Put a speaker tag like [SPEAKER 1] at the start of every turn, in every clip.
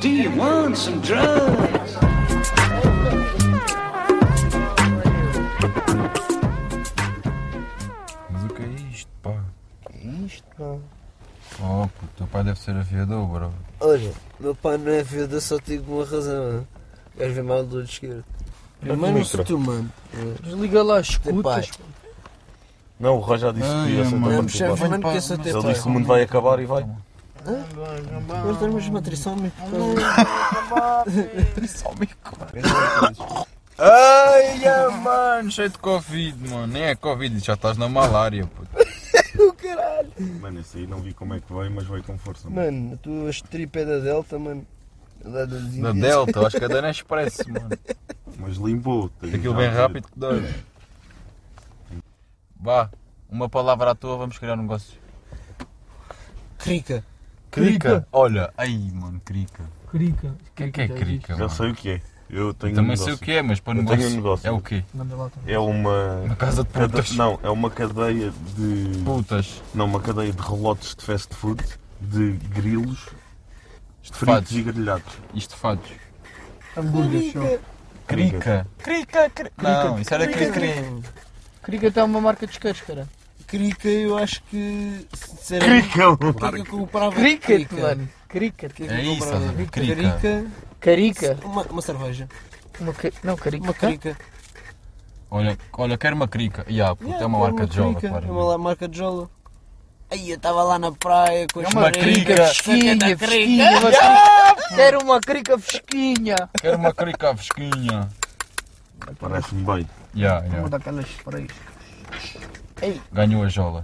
[SPEAKER 1] Do you want some drugs?
[SPEAKER 2] Mas o que é isto, pá? é
[SPEAKER 3] Isto, pá.
[SPEAKER 2] Oh, puto, teu pai deve ser aviador, bro.
[SPEAKER 3] Olha, meu pai não é vida, só digo uma razão. Queres ver mal do lado esquerdo?
[SPEAKER 4] Eu mano, sou teu mano. Desliga lá as escutas.
[SPEAKER 3] Pai.
[SPEAKER 5] Não, o Roy já disse
[SPEAKER 2] Ai,
[SPEAKER 5] que ia ser
[SPEAKER 2] mano.
[SPEAKER 5] tão
[SPEAKER 2] Vamos
[SPEAKER 5] particular.
[SPEAKER 4] chamar- mano, que esse até
[SPEAKER 5] Ele
[SPEAKER 3] é
[SPEAKER 5] disse que o mundo vai acabar e
[SPEAKER 3] Tá
[SPEAKER 5] vai.
[SPEAKER 4] Nós temos uma trição mesmo.
[SPEAKER 2] Ai, ah, mano, cheio de Covid, mano. Nem é Covid, já estás na malária, puto.
[SPEAKER 5] Mano, esse aí não vi como é que veio, mas veio com força.
[SPEAKER 3] Mano, a tua estripa é da Delta, mano. Lá dos
[SPEAKER 2] Na
[SPEAKER 3] Índias.
[SPEAKER 2] Delta, acho que é da Nespresso, mano.
[SPEAKER 5] Mas limpou. tá tem
[SPEAKER 2] Aquilo
[SPEAKER 5] já
[SPEAKER 2] bem
[SPEAKER 5] a ver.
[SPEAKER 2] rápido que dói. Vá, uma palavra à tua, vamos criar um negócio.
[SPEAKER 4] Crica.
[SPEAKER 2] Crica! Olha, ai, mano, crica.
[SPEAKER 4] Crica.
[SPEAKER 2] O que é que é crica,
[SPEAKER 5] Já
[SPEAKER 2] mano?
[SPEAKER 5] sei o que é. Eu tenho um
[SPEAKER 2] Também sei
[SPEAKER 5] negócio.
[SPEAKER 2] o que é, mas para
[SPEAKER 5] Eu
[SPEAKER 2] negócio,
[SPEAKER 5] tenho um negócio.
[SPEAKER 2] é o quê?
[SPEAKER 4] Manda lá também.
[SPEAKER 5] é. uma.
[SPEAKER 2] Uma casa de
[SPEAKER 5] cade-
[SPEAKER 2] putas.
[SPEAKER 5] Não, é uma cadeia de.
[SPEAKER 2] Putas.
[SPEAKER 5] Não, uma cadeia de relotes de fast food, de grilos, fritos
[SPEAKER 2] Estefados.
[SPEAKER 5] e grelhados.
[SPEAKER 2] E Estefados.
[SPEAKER 4] Hambúrguer show.
[SPEAKER 2] Crica. Crica, crica. Não, isso era cri-cri.
[SPEAKER 4] Crica está uma marca de isqueiros, cara.
[SPEAKER 3] Crica, eu acho que. Sinceramente,
[SPEAKER 5] Cricão!
[SPEAKER 3] o que é que eu comprava?
[SPEAKER 4] Cricket,
[SPEAKER 3] Crica?
[SPEAKER 4] mano. Cricket.
[SPEAKER 3] O que é que
[SPEAKER 2] É
[SPEAKER 3] eu
[SPEAKER 2] isso,
[SPEAKER 3] comprava?
[SPEAKER 2] Crica.
[SPEAKER 3] Crica.
[SPEAKER 4] Carica.
[SPEAKER 3] Uma, uma cerveja.
[SPEAKER 4] Uma ca- Não, carica.
[SPEAKER 3] Uma crica.
[SPEAKER 2] Olha, olha, quero uma crica. Ya, puto, é
[SPEAKER 3] Yeah,
[SPEAKER 2] uma
[SPEAKER 3] pô,
[SPEAKER 2] marca de jola,
[SPEAKER 3] crica.
[SPEAKER 2] claro.
[SPEAKER 3] É uma la- marca de jola. Aí eu estava lá na praia com as
[SPEAKER 2] É uma
[SPEAKER 3] marinhas.
[SPEAKER 2] crica.
[SPEAKER 4] Fresquinha,
[SPEAKER 3] Saca da
[SPEAKER 4] fresquinha. uma crica. Quero uma crica fresquinha.
[SPEAKER 2] Quero uma crica fresquinha.
[SPEAKER 5] Parece-me bem.
[SPEAKER 2] Ya, ya.
[SPEAKER 4] daquelas frescas.
[SPEAKER 2] Ganhou a jola.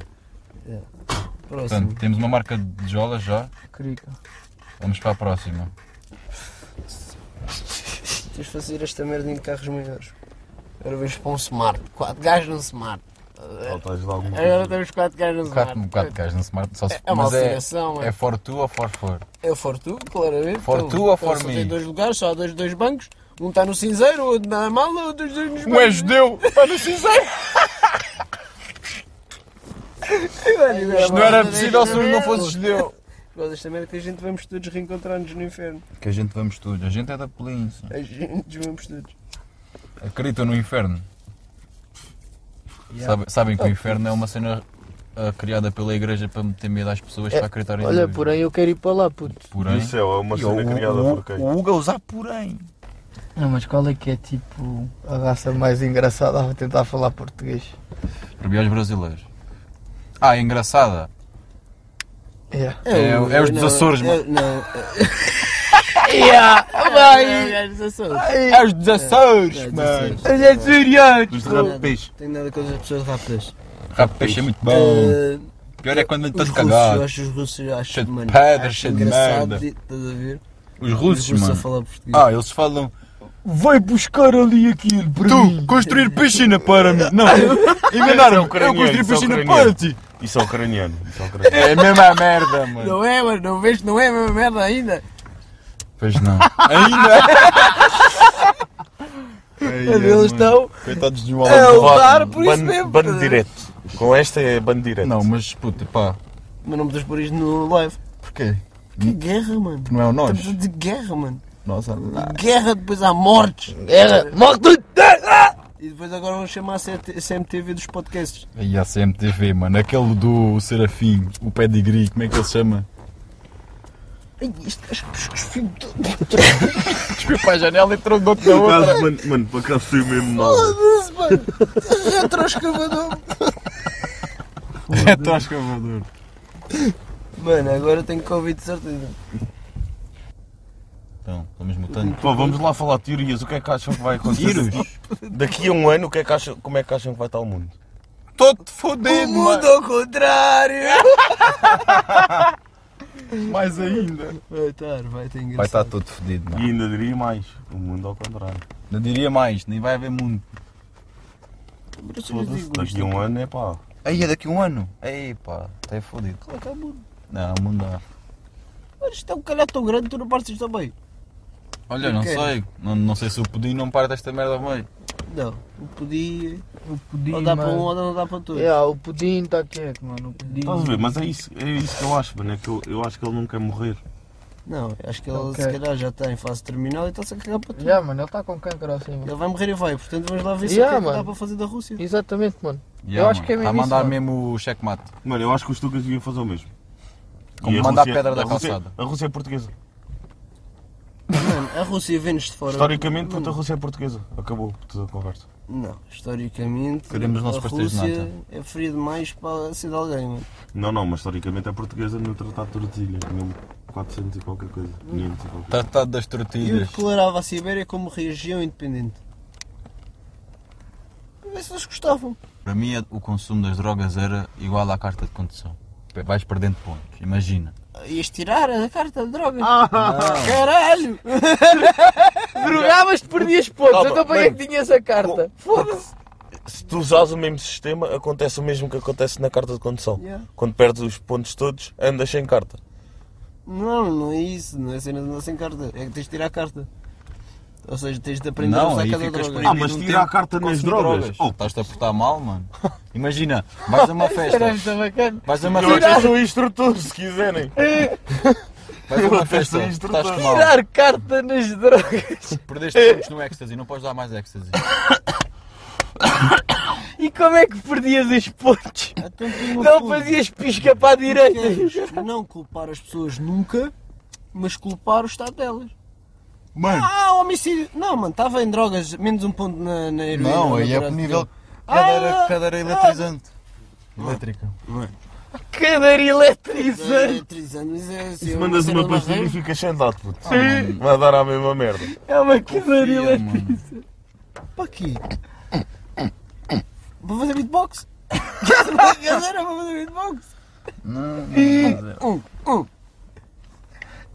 [SPEAKER 3] Próximo.
[SPEAKER 2] Portanto, temos uma marca de jolas já.
[SPEAKER 4] Crica.
[SPEAKER 2] Vamos para a próxima. Um
[SPEAKER 3] Tens de fazer esta merda em carros maiores. Agora vens para um Smart. Quatro gajos num Smart.
[SPEAKER 5] Faltas de alguma
[SPEAKER 3] Agora
[SPEAKER 5] coisa.
[SPEAKER 3] temos quatro gajos num
[SPEAKER 2] Um bocado, um
[SPEAKER 3] Smart.
[SPEAKER 2] bocado de gás no smart. Só se,
[SPEAKER 3] É uma
[SPEAKER 2] mas é,
[SPEAKER 3] alteração.
[SPEAKER 2] é for tu ou for for?
[SPEAKER 3] É o Fortu, claramente.
[SPEAKER 2] For
[SPEAKER 3] Então,
[SPEAKER 2] tu ou
[SPEAKER 3] então
[SPEAKER 2] for
[SPEAKER 3] só
[SPEAKER 2] me?
[SPEAKER 3] Tem dois lugares, só há dois, dois bancos. Um está no cinzeiro, o outro na mala, o outro dois nos
[SPEAKER 2] Um é
[SPEAKER 3] bancos.
[SPEAKER 2] Tipo, judeu! Está no cinzeiro!
[SPEAKER 3] Agora,
[SPEAKER 2] Não era
[SPEAKER 3] vocês
[SPEAKER 2] possível se eu não
[SPEAKER 3] também-
[SPEAKER 2] fosse judeu!
[SPEAKER 3] Vocês desta merda que a gente vamos todos reencontrar-nos no inferno.
[SPEAKER 2] Que a gente vamos todos. A gente é da polícia.
[SPEAKER 3] A gente vamos todos.
[SPEAKER 2] Acreditam no inferno. Sabe- Sabem, que o inferno é uma cena ah, criada pela igreja para meter medo às pessoas para acreditarem em
[SPEAKER 4] Olha,
[SPEAKER 2] Deus.
[SPEAKER 4] porém eu quero ir para lá, puto.
[SPEAKER 2] Porém.
[SPEAKER 5] E o céu é uma
[SPEAKER 2] E
[SPEAKER 5] cena
[SPEAKER 2] o-
[SPEAKER 5] criada
[SPEAKER 2] o-
[SPEAKER 5] por quem?
[SPEAKER 2] O Hugo usar porém.
[SPEAKER 6] Não, mas qual é que é tipo a raça mais engraçada a tentar falar português?
[SPEAKER 2] Para aos brasileiros. Ah, é engraçada.
[SPEAKER 6] É.
[SPEAKER 2] É,
[SPEAKER 3] o-
[SPEAKER 2] é os dos
[SPEAKER 3] não,
[SPEAKER 2] Açores, mano.
[SPEAKER 3] é- Não,
[SPEAKER 4] Vai!
[SPEAKER 3] é os Açores.
[SPEAKER 2] É os dos Açores,
[SPEAKER 3] É, dos
[SPEAKER 2] mano.
[SPEAKER 3] Açores.
[SPEAKER 2] É dos Açores.
[SPEAKER 5] Dos rapés.
[SPEAKER 3] Tenho nada contra as pessoas rápidas.
[SPEAKER 2] Rabo de peixe é muito bom.
[SPEAKER 3] Eh,
[SPEAKER 2] Pior é quando ele
[SPEAKER 3] Os
[SPEAKER 2] está
[SPEAKER 3] russos,
[SPEAKER 2] cagado.
[SPEAKER 3] eu acho os russos, eu acho,
[SPEAKER 2] Cheio de
[SPEAKER 3] mano,
[SPEAKER 2] pedras,
[SPEAKER 3] acho
[SPEAKER 2] cheio de
[SPEAKER 3] engraçado
[SPEAKER 2] merda.
[SPEAKER 3] de- Estás a ver?
[SPEAKER 2] Os
[SPEAKER 3] Os
[SPEAKER 2] russos,
[SPEAKER 3] russos a
[SPEAKER 2] mano.
[SPEAKER 3] falar português.
[SPEAKER 2] Ah, eles falam. Vai buscar ali aquilo para Tu, construir piscina para mim. Não, enganaram-me. Eu construí piscina para ti.
[SPEAKER 5] Isso é ucraniano. Isso é ucraniano.
[SPEAKER 2] É a mesma merda, mano.
[SPEAKER 3] Não é, mano, não vês, não é a mesma merda ainda.
[SPEAKER 2] Pois não. Ainda. é?
[SPEAKER 3] Eles estão
[SPEAKER 2] Coitados de um
[SPEAKER 3] a
[SPEAKER 2] aluno.
[SPEAKER 3] lutar É por isso
[SPEAKER 5] Bando-
[SPEAKER 3] mesmo.
[SPEAKER 5] Bando direto. Com esta é bando direto.
[SPEAKER 2] Não, mas puta, pá.
[SPEAKER 3] Mas não me por isto é no live.
[SPEAKER 2] Porquê?
[SPEAKER 3] Que guerra, mano.
[SPEAKER 2] Não é o Hum. nós.
[SPEAKER 3] Estamos a dizer guerra, mano.
[SPEAKER 2] Nossa,
[SPEAKER 3] ah.
[SPEAKER 2] lá.
[SPEAKER 3] Guerra, depois há mortes.
[SPEAKER 4] Guerra! Morte!
[SPEAKER 3] E depois agora vão chamar a CT CMTV dos podcasts.
[SPEAKER 2] E a CMTV, mano. Aquele do Serafim, o pedigree, como é que ele se chama?
[SPEAKER 3] Ai, isto acho que os filhos todos.
[SPEAKER 2] Desculpa para a janela e trombou-te na
[SPEAKER 5] Por acaso, mano, mano, por acaso saiu mesmo mal.
[SPEAKER 3] Foda-se, mano. Retroescavador.
[SPEAKER 2] É escavador.
[SPEAKER 3] Mano, agora tenho Covid de certeza.
[SPEAKER 2] Então, estamos mutando.
[SPEAKER 5] Pô, vamos lá falar teorias. O que é que acham que vai acontecer?
[SPEAKER 2] Vírus?
[SPEAKER 5] Daqui a um ano, o que é que acham, como é que acham que vai estar o mundo?
[SPEAKER 2] Todo
[SPEAKER 3] O
[SPEAKER 2] fodido,
[SPEAKER 3] mundo
[SPEAKER 2] mano.
[SPEAKER 3] ao contrário.
[SPEAKER 2] Mais ainda.
[SPEAKER 3] Vai estar, vai ter engraçado.
[SPEAKER 2] Vai estar todo fodido,
[SPEAKER 5] E
[SPEAKER 2] mano.
[SPEAKER 5] ainda diria mais. O mundo ao contrário.
[SPEAKER 2] Não diria mais, nem vai haver mundo.
[SPEAKER 5] Foda-se, daqui a um ano é pá.
[SPEAKER 2] Aí é daqui a um ano. Ei pá, até fodido.
[SPEAKER 3] Coloca a mundo.
[SPEAKER 2] Não, mundo dá.
[SPEAKER 3] Mas tá isto é um calhar tão grande, tu não partes isto também.
[SPEAKER 2] Olha, não
[SPEAKER 3] Ok.
[SPEAKER 2] sei. Não, não sei se o pudim não parte desta merda ao meio.
[SPEAKER 3] Não, o podia.
[SPEAKER 4] O pudim,
[SPEAKER 3] Ou dá para um
[SPEAKER 4] mano.
[SPEAKER 3] ou não dá para todos.
[SPEAKER 4] É, o pudim está quieto, mano. O pudim.
[SPEAKER 5] Estás a ver? Mas é isso, é isso que eu acho, mano. É que eu, eu acho que ele não quer morrer.
[SPEAKER 3] Não, acho que ele
[SPEAKER 4] Ok.
[SPEAKER 3] se calhar já está em fase terminal e está-se a cagar para tudo.
[SPEAKER 4] Já, mano, ele está com câncer assim, mano.
[SPEAKER 3] Ele vai morrer e vai, portanto vamos lá ver se o que
[SPEAKER 4] Yeah,
[SPEAKER 3] é que dá
[SPEAKER 4] mano.
[SPEAKER 3] para fazer da Rússia.
[SPEAKER 4] Exatamente, mano.
[SPEAKER 2] Yeah,
[SPEAKER 4] acho
[SPEAKER 2] mano.
[SPEAKER 4] que é mesmo
[SPEAKER 2] Tá a mandar
[SPEAKER 4] isso,
[SPEAKER 2] mesmo o checkmate.
[SPEAKER 5] Mano, eu acho que os Tucas deviam fazer o mesmo.
[SPEAKER 2] Como
[SPEAKER 5] E
[SPEAKER 2] mandar
[SPEAKER 5] Rússia-
[SPEAKER 2] pedra da
[SPEAKER 5] a Rússia-
[SPEAKER 2] calçada.
[SPEAKER 5] A Rússia é portuguesa.
[SPEAKER 3] Mano, a Rússia vê-nos de fora.
[SPEAKER 5] Historicamente,
[SPEAKER 3] Hum.
[SPEAKER 5] portanto, a Rússia é portuguesa. Acabou toda a conversa.
[SPEAKER 3] Não, historicamente
[SPEAKER 2] Queremos os nossos
[SPEAKER 3] a
[SPEAKER 2] pastéis de
[SPEAKER 3] Rússia
[SPEAKER 2] nata.
[SPEAKER 3] é fria demais para ser de alguém, mano.
[SPEAKER 5] Não, não, mas historicamente é portuguesa no Tratado de Tortilhas, 1400 e qualquer coisa. 500 e qualquer coisa.
[SPEAKER 2] Tratado das
[SPEAKER 3] Eu
[SPEAKER 2] tortilhas.
[SPEAKER 3] declarava a Sibéria como região independente. A ver se eles gostavam.
[SPEAKER 2] Para mim, o consumo das drogas era igual à carta de condução. Vais perdendo pontos, imagina.
[SPEAKER 3] Ias tirar a carta de
[SPEAKER 4] Ah,
[SPEAKER 3] drogas.
[SPEAKER 2] Ah.
[SPEAKER 3] Caralho!
[SPEAKER 1] Drogavas-te, perdias pontos.
[SPEAKER 5] Calma,
[SPEAKER 1] Então para que é
[SPEAKER 5] mano.
[SPEAKER 1] que tinhas a carta? Foda-se.
[SPEAKER 5] Se tu usas o mesmo sistema, acontece o mesmo que acontece na carta de condução.
[SPEAKER 3] Yeah.
[SPEAKER 5] Quando perdes os pontos todos, andas sem carta.
[SPEAKER 3] Não, não é isso. Não é cena de andar sem carta. É que tens de tirar a carta. Ou seja, tens de aprender a
[SPEAKER 2] Não,
[SPEAKER 3] usar
[SPEAKER 2] aí
[SPEAKER 3] cada
[SPEAKER 2] ficas
[SPEAKER 3] droga.
[SPEAKER 2] proibido.
[SPEAKER 5] Ah, mas
[SPEAKER 2] um
[SPEAKER 5] tira
[SPEAKER 2] tempo
[SPEAKER 5] a carta
[SPEAKER 2] de
[SPEAKER 5] nas
[SPEAKER 2] consumir
[SPEAKER 5] drogas. Oh.
[SPEAKER 2] Estás-te a portar mal, mano. Imagina, vais a uma
[SPEAKER 4] Era
[SPEAKER 2] festa.
[SPEAKER 4] muito bacana.
[SPEAKER 2] Vais a uma
[SPEAKER 5] Eu até
[SPEAKER 2] festa.
[SPEAKER 5] sou instrutor, se quiserem.
[SPEAKER 4] É.
[SPEAKER 2] Vais a
[SPEAKER 5] eu
[SPEAKER 2] uma
[SPEAKER 5] até
[SPEAKER 2] festa.
[SPEAKER 5] sou instrutor.
[SPEAKER 2] Estás mal.
[SPEAKER 1] Tirar carta nas drogas.
[SPEAKER 2] Perdeste pontos no ecstasy, não podes dar mais ecstasy.
[SPEAKER 1] E como é que perdias os pontos?
[SPEAKER 3] Então tu não
[SPEAKER 1] Não
[SPEAKER 3] podes.
[SPEAKER 1] fazias pisca para a direita.
[SPEAKER 3] Queres não culpar as pessoas nunca, mas culpar o estado delas.
[SPEAKER 2] Mano,
[SPEAKER 3] Ah, homicídio! Não, mano, estava em drogas, menos um ponto na, na heroína.
[SPEAKER 2] não,
[SPEAKER 3] ou
[SPEAKER 2] aí
[SPEAKER 3] na
[SPEAKER 2] é
[SPEAKER 3] crack,
[SPEAKER 2] nível.
[SPEAKER 3] Ah,
[SPEAKER 2] Cadeira, cadeira eletrizante. Elétrica.
[SPEAKER 1] Cadeira
[SPEAKER 3] não. É,
[SPEAKER 1] eletrizante.
[SPEAKER 3] eletrizante, mas é assim,
[SPEAKER 5] Se
[SPEAKER 3] uma
[SPEAKER 5] mandas
[SPEAKER 3] cena
[SPEAKER 5] uma
[SPEAKER 3] de uma
[SPEAKER 5] pastilha e
[SPEAKER 3] rave.
[SPEAKER 5] ficas sentado, puto. Vai dar à mesma merda.
[SPEAKER 1] É uma cadeira eletrizante.
[SPEAKER 3] Para quê? é? Vou fazer beatbox? Queres uma brincadeira? Vou fazer beatbox? um,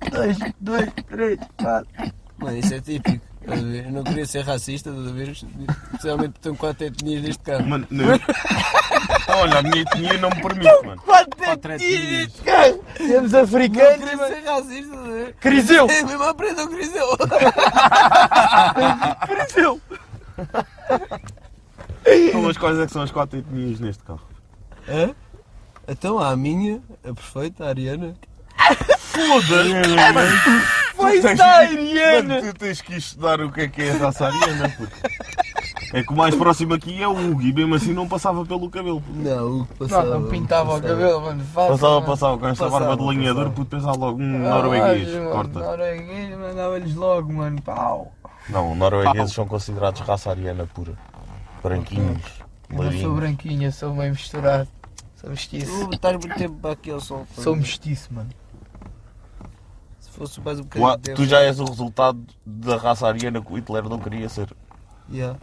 [SPEAKER 4] Dois, dois, três, quatro.
[SPEAKER 3] Mano, isso é típico. estás a ver? Eu não queria ser racista, estás a ver? Especialmente porque tenho quatro etnias neste carro.
[SPEAKER 5] Mano, não. Olha, a minha etnia não me permite, mano.
[SPEAKER 1] Quanto é que
[SPEAKER 4] Temos
[SPEAKER 3] Não
[SPEAKER 4] africanos.
[SPEAKER 3] queria ser racista, estás a ver?
[SPEAKER 1] Criseu!
[SPEAKER 3] É mesmo aprenda o Criseu.
[SPEAKER 1] Criseu!
[SPEAKER 5] Então, mas quais é que são as quatro etnias neste carro?
[SPEAKER 3] Então há a minha, a perfeita, a Ariana.
[SPEAKER 5] É,
[SPEAKER 1] Pois está, Ariana!
[SPEAKER 5] Mano, tu tens que estudar o que é que é a raça ariana, puto. É que o mais próximo aqui é o Hugo e mesmo assim não passava pelo cabelo. puto.
[SPEAKER 3] Não, o que
[SPEAKER 4] Não,
[SPEAKER 3] passava.
[SPEAKER 4] não pintava o cabelo, mano. Falta,
[SPEAKER 5] Passava,
[SPEAKER 4] mano.
[SPEAKER 5] passava com esta
[SPEAKER 3] Passava,
[SPEAKER 5] barba de lenhador, puto, pensava logo, hum, norueguês,
[SPEAKER 4] Ah, mano,
[SPEAKER 5] corta.
[SPEAKER 4] Norueguês, mandava-lhes logo, mano. Pau.
[SPEAKER 5] Não, noruegueses são considerados raça ariana pura. Branquinhos,
[SPEAKER 4] Eu não sou
[SPEAKER 5] loirinhos.
[SPEAKER 4] branquinha, sou bem misturado. Sou mestiço.
[SPEAKER 3] Vou estar muito tempo para aqui ao sol. pá.
[SPEAKER 4] Sou mestiço, mano.
[SPEAKER 3] Se fosse mais um bocadinho
[SPEAKER 5] Uá,
[SPEAKER 3] de tempo.
[SPEAKER 5] Tu já és o resultado da raça ariana que o Hitler não queria ser.
[SPEAKER 3] Yeah.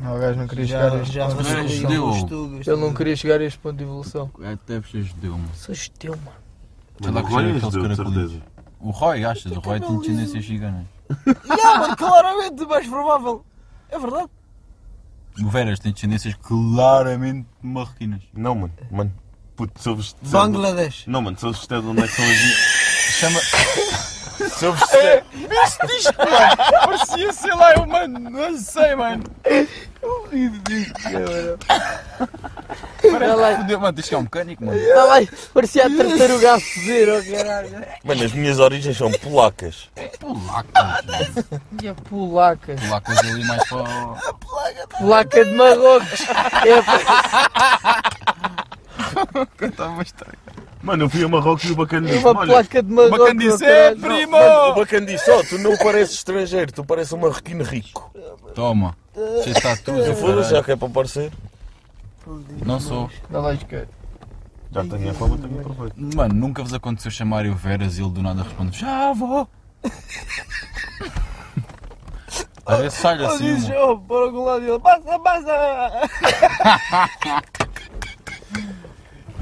[SPEAKER 4] Não, o gajo não queria chegar a
[SPEAKER 3] Já,
[SPEAKER 4] este
[SPEAKER 3] já
[SPEAKER 4] ponto de
[SPEAKER 2] mas-
[SPEAKER 4] evolução.
[SPEAKER 2] judeu.
[SPEAKER 4] Ele
[SPEAKER 3] é
[SPEAKER 4] não queria chegar a este ponto de evolução.
[SPEAKER 5] É,
[SPEAKER 2] Deve ser judeu, mano.
[SPEAKER 1] Sou judeu, mano.
[SPEAKER 2] Sei lá,
[SPEAKER 5] Mas
[SPEAKER 2] que
[SPEAKER 5] o Roy
[SPEAKER 2] cheira
[SPEAKER 5] és
[SPEAKER 2] aqueles
[SPEAKER 5] judeu, de
[SPEAKER 2] caracolinhos.
[SPEAKER 5] certeza.
[SPEAKER 2] O Roy, achas? O Roy tem tendências gigantes.
[SPEAKER 3] Yeah, mano, claramente mais provável. É verdade.
[SPEAKER 2] O Veras tem tendências claramente marroquinas.
[SPEAKER 5] Não, mano, mano. Puto, se eu vos- se eu-
[SPEAKER 3] Bangladesh.
[SPEAKER 5] Não, mano, se eu vos disser de onde é que são as.
[SPEAKER 2] Chama.
[SPEAKER 5] Se eu vos disser-
[SPEAKER 4] Parecia, sei lá, eu, mano, não sei, mano.
[SPEAKER 1] Olha lá,
[SPEAKER 2] Fudeu, Mano, tens que é um mecânico, mano.
[SPEAKER 1] olha lá, Tá parecia a tartaruga a foder, oh caralho.
[SPEAKER 5] Mano, as minhas origens são polacas.
[SPEAKER 2] Polacas, mano.
[SPEAKER 4] Minha polaca.
[SPEAKER 2] Polacas ali mais para.
[SPEAKER 1] Placa de Marrocos. É, pá,
[SPEAKER 5] Mano, eu fui a Marrocos e o bacana disse:
[SPEAKER 1] uma placa de Marrocos.
[SPEAKER 4] Bacana disse,
[SPEAKER 1] oh, caralho.
[SPEAKER 4] é, primo!
[SPEAKER 5] Mano, o bacana disse: Ó, "Oh, tu não pareces estrangeiro, tu pareces um marroquino rico.
[SPEAKER 2] Toma. Você está tudo.
[SPEAKER 5] Eu foda já que é para parecer.
[SPEAKER 2] Não sou.
[SPEAKER 4] Da lógica.
[SPEAKER 5] Já tenho a fama, tenho proveito.
[SPEAKER 2] Mano, nunca vos aconteceu chamarem o Veras e ele do nada responde: Já vou. Parece salho assim.
[SPEAKER 3] Dizes,
[SPEAKER 2] mano.
[SPEAKER 3] oh, para algum lado e ele, passa, passa.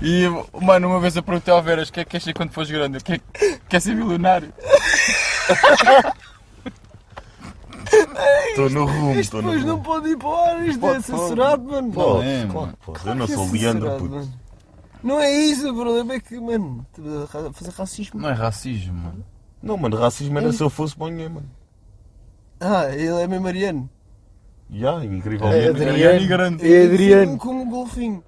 [SPEAKER 2] E, mano, uma vez eu perguntei ao Veras: O que é que queres ser quando fores grande? Quer, quer é ser milionário?
[SPEAKER 5] Estou no rumo,
[SPEAKER 3] Isto
[SPEAKER 5] estou no
[SPEAKER 3] depois não
[SPEAKER 5] rumo.
[SPEAKER 3] pode ir para o ar, isto é censurado, mano.
[SPEAKER 2] Pode.
[SPEAKER 5] Podes,
[SPEAKER 2] É,
[SPEAKER 5] claro
[SPEAKER 2] mano.
[SPEAKER 5] que podes. Eu não sou Leandro, puto.
[SPEAKER 3] Não é isso, o problema é que, mano, ra- fazer racismo.
[SPEAKER 2] Não é racismo, mano.
[SPEAKER 5] Não, mano, racismo era se eu fosse para ninguém, mano.
[SPEAKER 3] Ah, ele é mesmo ariano.
[SPEAKER 5] Já,
[SPEAKER 4] É
[SPEAKER 5] incrivelmente.
[SPEAKER 4] Adriano e grande.
[SPEAKER 1] É Adriano.
[SPEAKER 3] Como um golfinho.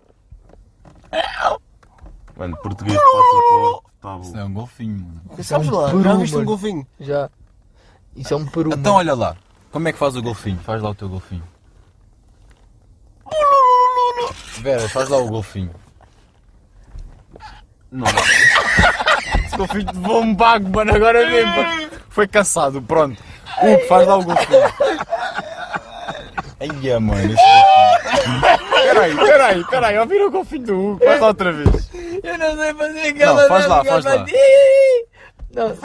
[SPEAKER 5] Mano, português passa por. Tá bom.
[SPEAKER 2] Isso não é um golfinho, mano.
[SPEAKER 3] Sabes
[SPEAKER 4] um
[SPEAKER 3] lá, já
[SPEAKER 4] peru,
[SPEAKER 3] viste um
[SPEAKER 4] mano.
[SPEAKER 3] golfinho?
[SPEAKER 4] Já. Isso é um peru.
[SPEAKER 2] Então
[SPEAKER 4] mano.
[SPEAKER 2] olha lá. Como é que faz o golfinho? Faz lá o teu golfinho. Vera, faz lá o golfinho.
[SPEAKER 5] Não.
[SPEAKER 2] Sou filho de bombago, mano, agora mesmo. pá. Foi caçado, pronto. Hugo, faz lá o golfinho. Ai, mano, esse golfinho. Peraí, peraí, peraí, ouviram o golfinho do Hugo? Faz lá outra vez.
[SPEAKER 7] Eu não sei fazer aquela.
[SPEAKER 2] Não, faz lá,
[SPEAKER 7] merda,
[SPEAKER 2] faz lá.
[SPEAKER 7] mas- Não,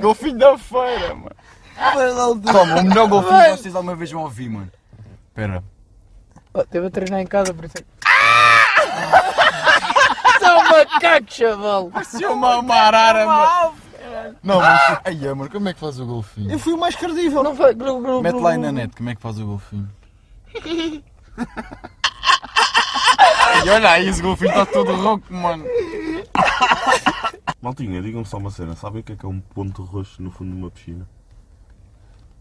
[SPEAKER 2] Golfinho da feira, mano.
[SPEAKER 3] Olha lá o
[SPEAKER 2] Toma, o melhor golfinho que vocês alguma vez vão ouvir, mano. Pera.
[SPEAKER 4] Oh, Teve a treinar em casa, por isso é que.
[SPEAKER 7] são macacos, chaval.
[SPEAKER 2] Se eu mamarara, mano. Não, mas. Ai, mano, como é que faz o golfinho?
[SPEAKER 3] Eu fui o mais credível.
[SPEAKER 7] Não foi. gru, gru,
[SPEAKER 2] Mete
[SPEAKER 7] gru,
[SPEAKER 2] lá aí
[SPEAKER 7] gru.
[SPEAKER 2] na net como é que faz o golfinho. E olha aí, esse golfinho está todo rouco, mano.
[SPEAKER 5] Maltinha, digam-me só uma cena. Sabem o que é que é um ponto roxo no fundo de uma piscina?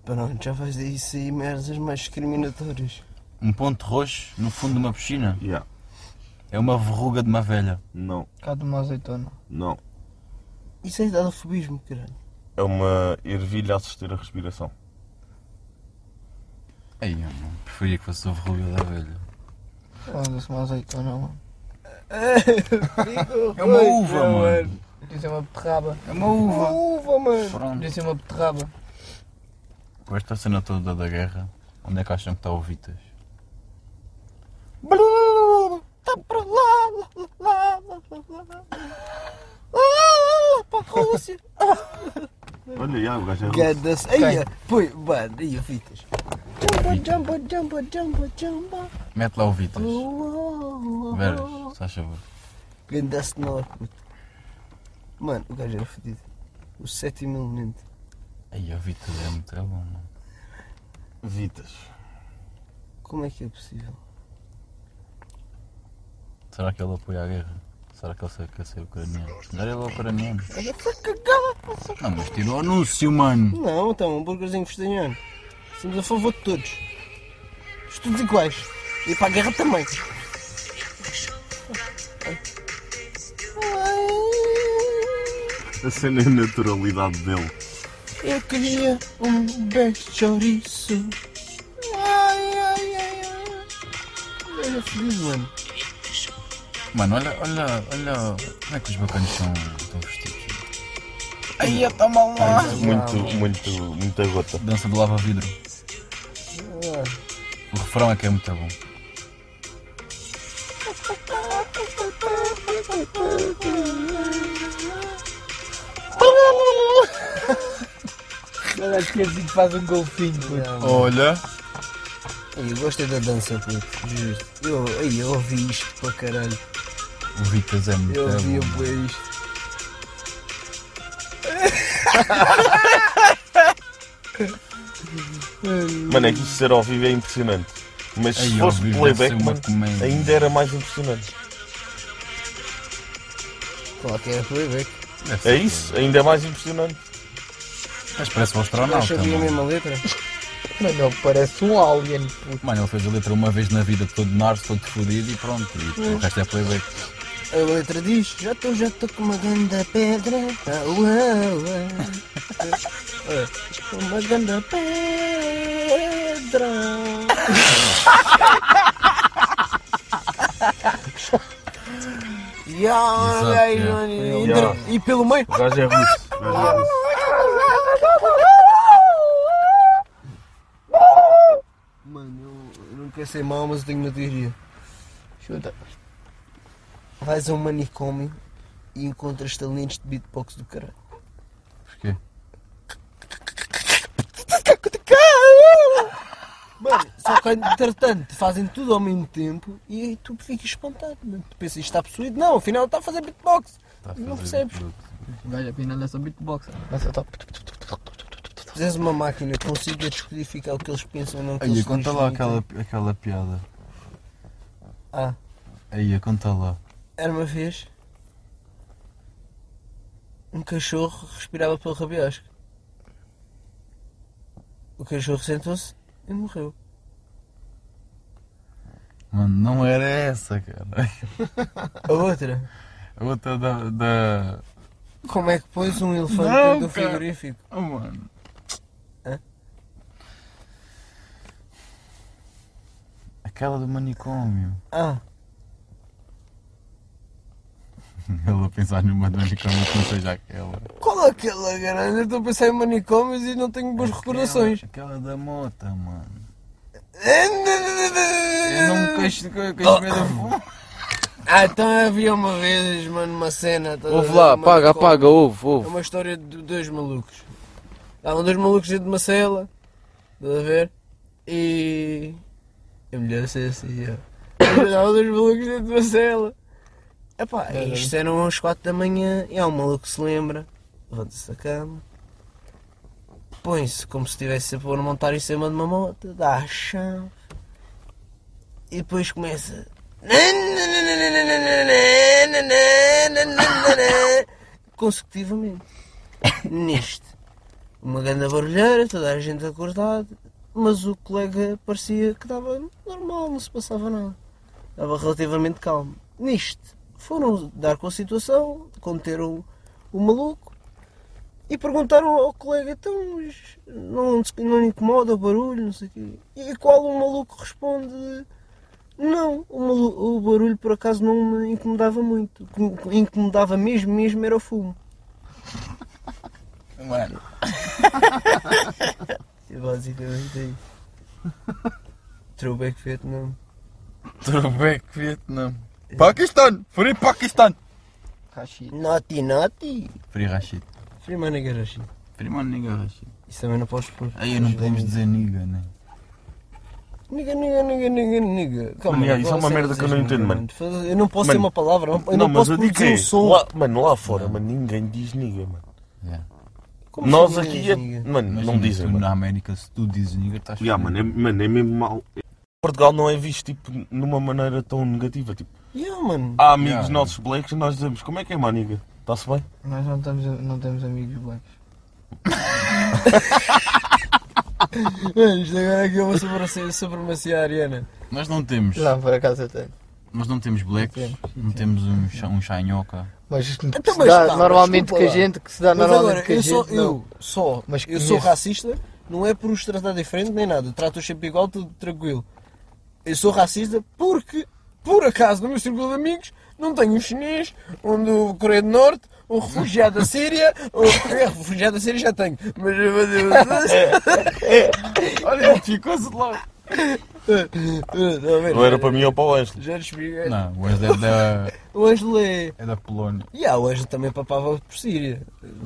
[SPEAKER 3] Pronto, já vais daí sair merdas mais discriminatórias.
[SPEAKER 2] Um ponto roxo no fundo de uma piscina
[SPEAKER 5] Yeah.
[SPEAKER 2] é uma verruga de uma velha.
[SPEAKER 5] Não,
[SPEAKER 4] Cá de uma azeitona.
[SPEAKER 5] não.
[SPEAKER 3] Isso é idadofobismo, caralho.
[SPEAKER 5] É uma ervilha a assistir a respiração.
[SPEAKER 2] Aí, eu não preferia que fosse a verruga da velha.
[SPEAKER 4] Olha-se uma azeitona, mano.
[SPEAKER 3] é,
[SPEAKER 2] É uma uva, mano.
[SPEAKER 4] Podia ser uma beterraba.
[SPEAKER 2] É uma uva.
[SPEAKER 3] Uva, mano.
[SPEAKER 2] Pronto.
[SPEAKER 4] Podia ser uma beterraba.
[SPEAKER 2] Com esta cena toda da guerra, onde é que acham que está o Vitas?
[SPEAKER 3] Tá para lá, lá, lá, lá, lá, lá, lá, lá, para a Rússia.
[SPEAKER 5] Olha, já, o gajo é russo.
[SPEAKER 3] Gada-se. Aí, foi, mano, aí, fitas. Jumba, jumba, jumba, jumba,
[SPEAKER 2] Mete lá o Vitas.
[SPEAKER 3] jumba.
[SPEAKER 2] Veras, se faz favor.
[SPEAKER 3] Ganda sonora, puto. Mano, o gajo era fodido. O sétimo elemento.
[SPEAKER 2] Aí, o Vitas é muito é bom, mano.
[SPEAKER 5] Vitas.
[SPEAKER 3] Como é que é possível?
[SPEAKER 2] Será que ele apoia a guerra? Será que ele se- quer ser ucraniano? Não era ele é ucraniano.
[SPEAKER 3] É
[SPEAKER 2] Não, mas tirou o anúncio, mano.
[SPEAKER 3] Não, então, um burgerzinho vegetariano. Estamos a favor de todos. Estamos todos iguais. E para a guerra também.
[SPEAKER 5] A cena é a naturalidade dele.
[SPEAKER 3] Eu queria um best chouriço. Ai, ai, ai, ai. Olha, feliz, mano.
[SPEAKER 2] Mano, olha, olha, olha. Como é que os bacanos são estão vestidos? Aí eu tomo lá.
[SPEAKER 5] Muito, muito, muita gota.
[SPEAKER 2] Dança do lava-vidro.
[SPEAKER 3] Ah,
[SPEAKER 2] O refrão é que é muito bom.
[SPEAKER 4] Olha, esqueci que faz um golfinho, puto.
[SPEAKER 2] Olha.
[SPEAKER 3] Eu gosto é da dança, puto. Juro. Eu, ai, eu ouvi isto para caralho.
[SPEAKER 2] O Vitas é muito
[SPEAKER 3] Eu ouvi
[SPEAKER 2] bom.
[SPEAKER 3] bué isto.
[SPEAKER 5] Mano, é que isto ser ao vivo é impressionante. Mas
[SPEAKER 2] Aí,
[SPEAKER 5] se
[SPEAKER 2] ao
[SPEAKER 5] fosse
[SPEAKER 2] vivo deve ser
[SPEAKER 5] playback,
[SPEAKER 2] uma
[SPEAKER 5] mano,
[SPEAKER 2] comédia.
[SPEAKER 5] ainda era mais impressionante.
[SPEAKER 3] Qual que era playback?
[SPEAKER 2] Deve ser
[SPEAKER 5] É isso? Ainda é mais impressionante.
[SPEAKER 2] Mas parece um
[SPEAKER 3] Não
[SPEAKER 2] astronauta.
[SPEAKER 3] sabia a
[SPEAKER 2] Mano.
[SPEAKER 3] mesma letra?
[SPEAKER 4] Mano, ele parece um alien, puto.
[SPEAKER 2] Mano, ele fez a letra uma vez na vida, todo narso, todo fodido e pronto. E o resto é playback.
[SPEAKER 3] A letra diz: Já estou, já estou com uma ganda pedra. Ah, uau, uau. Uma ganda pedra. Ya,
[SPEAKER 2] Exato, é.
[SPEAKER 3] ai,
[SPEAKER 2] ya.
[SPEAKER 3] mano, e entre- E pelo meio.
[SPEAKER 5] O gajo é russo. O
[SPEAKER 3] Ah,
[SPEAKER 5] gajo é russo.
[SPEAKER 3] Mano, eu, eu não quero ser mau, mas eu tenho uma teoria.
[SPEAKER 4] Chuta.
[SPEAKER 3] Vais a um manicômio e encontras talentos de beatbox do caralho.
[SPEAKER 2] Porquê?
[SPEAKER 3] Mano, só que entretanto fazem tudo ao mesmo tempo e aí tu ficas espantado. mano. Tu pensas, isto está possuído? Não, afinal está a fazer beatbox.
[SPEAKER 2] Está Tá a
[SPEAKER 3] Não
[SPEAKER 2] fazer
[SPEAKER 3] percebes.
[SPEAKER 2] tudo.
[SPEAKER 7] O gajo afinal é só
[SPEAKER 3] né?
[SPEAKER 7] beatbox.
[SPEAKER 4] Mas eu topo.
[SPEAKER 3] Se fizeres uma máquina que consiga descodificar o que eles pensam não o que
[SPEAKER 2] Aí,
[SPEAKER 3] eles
[SPEAKER 2] conta
[SPEAKER 3] dizem,
[SPEAKER 2] lá
[SPEAKER 3] então.
[SPEAKER 2] aquela, aquela piada.
[SPEAKER 3] Ah.
[SPEAKER 2] Aí, conta lá.
[SPEAKER 3] Era uma vez um cachorro respirava pelo rabiosco. O cachorro sentou-se e morreu.
[SPEAKER 2] Mano, não era essa, cara.
[SPEAKER 3] A outra.
[SPEAKER 2] A outra da. da...
[SPEAKER 3] Como é que pôs um elefante
[SPEAKER 2] Não,
[SPEAKER 3] dentro
[SPEAKER 2] cara.
[SPEAKER 3] do frigorífico?
[SPEAKER 2] Oh, mano.
[SPEAKER 3] Hã?
[SPEAKER 2] Aquela do manicômio.
[SPEAKER 3] Ah,
[SPEAKER 2] Ele a pensar numa do manicômio que não seja aquela.
[SPEAKER 3] qual é aquela, caralho? Eu estou a pensar em manicômios e não tenho boas recordações.
[SPEAKER 2] Aquela, aquela da mota, mano. Eu não me
[SPEAKER 3] Ah,
[SPEAKER 2] queixo de que eu queixo medo da
[SPEAKER 3] então havia uma vez, mano, uma cena. estás a
[SPEAKER 2] Ouve
[SPEAKER 3] ver,
[SPEAKER 2] lá,
[SPEAKER 3] uma
[SPEAKER 2] apaga,
[SPEAKER 3] Coca-Cola.
[SPEAKER 2] apaga, ouve,
[SPEAKER 3] É
[SPEAKER 2] ouve.
[SPEAKER 3] uma história de dois malucos. Estavam dois malucos dentro de uma cela, estás a ver? E. É melhor ser assim, ó. Estavam dois malucos dentro de uma cela. Epá, e isto eram às 4 da manhã e há um maluco que se lembra, levanta-se da cama, põe-se como se estivesse a pôr montar em cima de uma moto, dá a chave e depois começa. consecutivamente. Neste, uma grande barulheira, toda a gente acordada, mas o colega parecia que estava normal, não se passava nada. Estava relativamente calmo. Neste, foram dar com a situação, conteram o maluco e perguntaram ao colega: então, mas não, se- não incomoda o barulho, não sei o quê. E qual o maluco responde: não, o, malu- o barulho por acaso não me incomodava muito. O que me incomodava mesmo, mesmo era o fumo.
[SPEAKER 2] Mano,
[SPEAKER 3] É basicamente isso. Throwback Vietnam.
[SPEAKER 2] Trobeco Vietnam.
[SPEAKER 8] Pakistan! Free Pakistan!
[SPEAKER 4] Rashid.
[SPEAKER 3] Naughty Naughty!
[SPEAKER 2] Free Rashid.
[SPEAKER 3] Prima na garagem.
[SPEAKER 2] Primeiro nigga Rashid.
[SPEAKER 3] Isso também não podes pôr.
[SPEAKER 2] Aí não podemos dizer nigga, né?
[SPEAKER 3] Niga, niga, niga, niga, niga. Calma,
[SPEAKER 5] Mano, yeah,
[SPEAKER 3] não
[SPEAKER 5] isso é uma
[SPEAKER 3] posso
[SPEAKER 5] merda
[SPEAKER 3] dizer
[SPEAKER 5] que eu não
[SPEAKER 3] nigga,
[SPEAKER 5] entendo, mano.
[SPEAKER 3] Faz- Eu não posso
[SPEAKER 5] Mano,
[SPEAKER 3] ter uma palavra, não- eu não,
[SPEAKER 5] mas
[SPEAKER 3] posso
[SPEAKER 5] eu digo
[SPEAKER 3] produzir um
[SPEAKER 5] é,
[SPEAKER 3] som.
[SPEAKER 5] lá- mano, lá fora, mano, ninguém diz nigga, mano.
[SPEAKER 3] Como
[SPEAKER 5] Nós
[SPEAKER 3] se diz
[SPEAKER 5] aqui, é-
[SPEAKER 3] nigga?
[SPEAKER 5] mano,
[SPEAKER 2] Mas
[SPEAKER 5] não me dizem,
[SPEAKER 2] tu
[SPEAKER 5] mano.
[SPEAKER 2] na América, se tu dizes nigga, estás
[SPEAKER 5] Yeah, mano, é, mano, é mesmo mal. Portugal não é visto tipo, numa maneira tão negativa. Tipo,
[SPEAKER 3] Yeah, mano.
[SPEAKER 5] há amigos
[SPEAKER 2] Yeah.
[SPEAKER 5] nossos blacks e nós dizemos como é que é, mano, nigga? Está-se bem?
[SPEAKER 4] Nós não temos, não temos amigos blacks.
[SPEAKER 3] Mano, Isto agora é que eu vou supremacia, supremacia ariana.
[SPEAKER 2] Nós não temos.
[SPEAKER 4] Não, por acaso eu tenho.
[SPEAKER 2] Nós não temos blacks, não temos um, cha- um chanhoca.
[SPEAKER 4] Mas isto que
[SPEAKER 3] Então,
[SPEAKER 4] se
[SPEAKER 3] mas
[SPEAKER 4] dá
[SPEAKER 3] tá, mas
[SPEAKER 4] normalmente
[SPEAKER 3] desculpa
[SPEAKER 4] que a
[SPEAKER 3] lá.
[SPEAKER 4] gente, que se dá
[SPEAKER 3] Mas
[SPEAKER 4] Tá normalmente
[SPEAKER 3] agora,
[SPEAKER 4] que a
[SPEAKER 3] eu sou,
[SPEAKER 4] gente. não.
[SPEAKER 3] eu, só,
[SPEAKER 4] Mas
[SPEAKER 3] eu sou
[SPEAKER 4] conheço.
[SPEAKER 3] racista, não é por os tratar diferente nem nada, trato-os sempre igual, tudo tranquilo. Eu sou racista porque, por acaso, no meu círculo de amigos, não tenho um chinês, um do Coreia do Norte, um refugiado da Síria, um é, refugiado da Síria já tenho, mas...
[SPEAKER 5] É.
[SPEAKER 2] Olha, ele ficou-se logo.
[SPEAKER 5] Ou era para mim ou para o Ângelo.
[SPEAKER 3] Já desbriguei.
[SPEAKER 2] Não, o Ângelo é da,
[SPEAKER 3] O Ângelo é...
[SPEAKER 2] é da Polónia.
[SPEAKER 3] E há, o Ângelo também papava por Síria.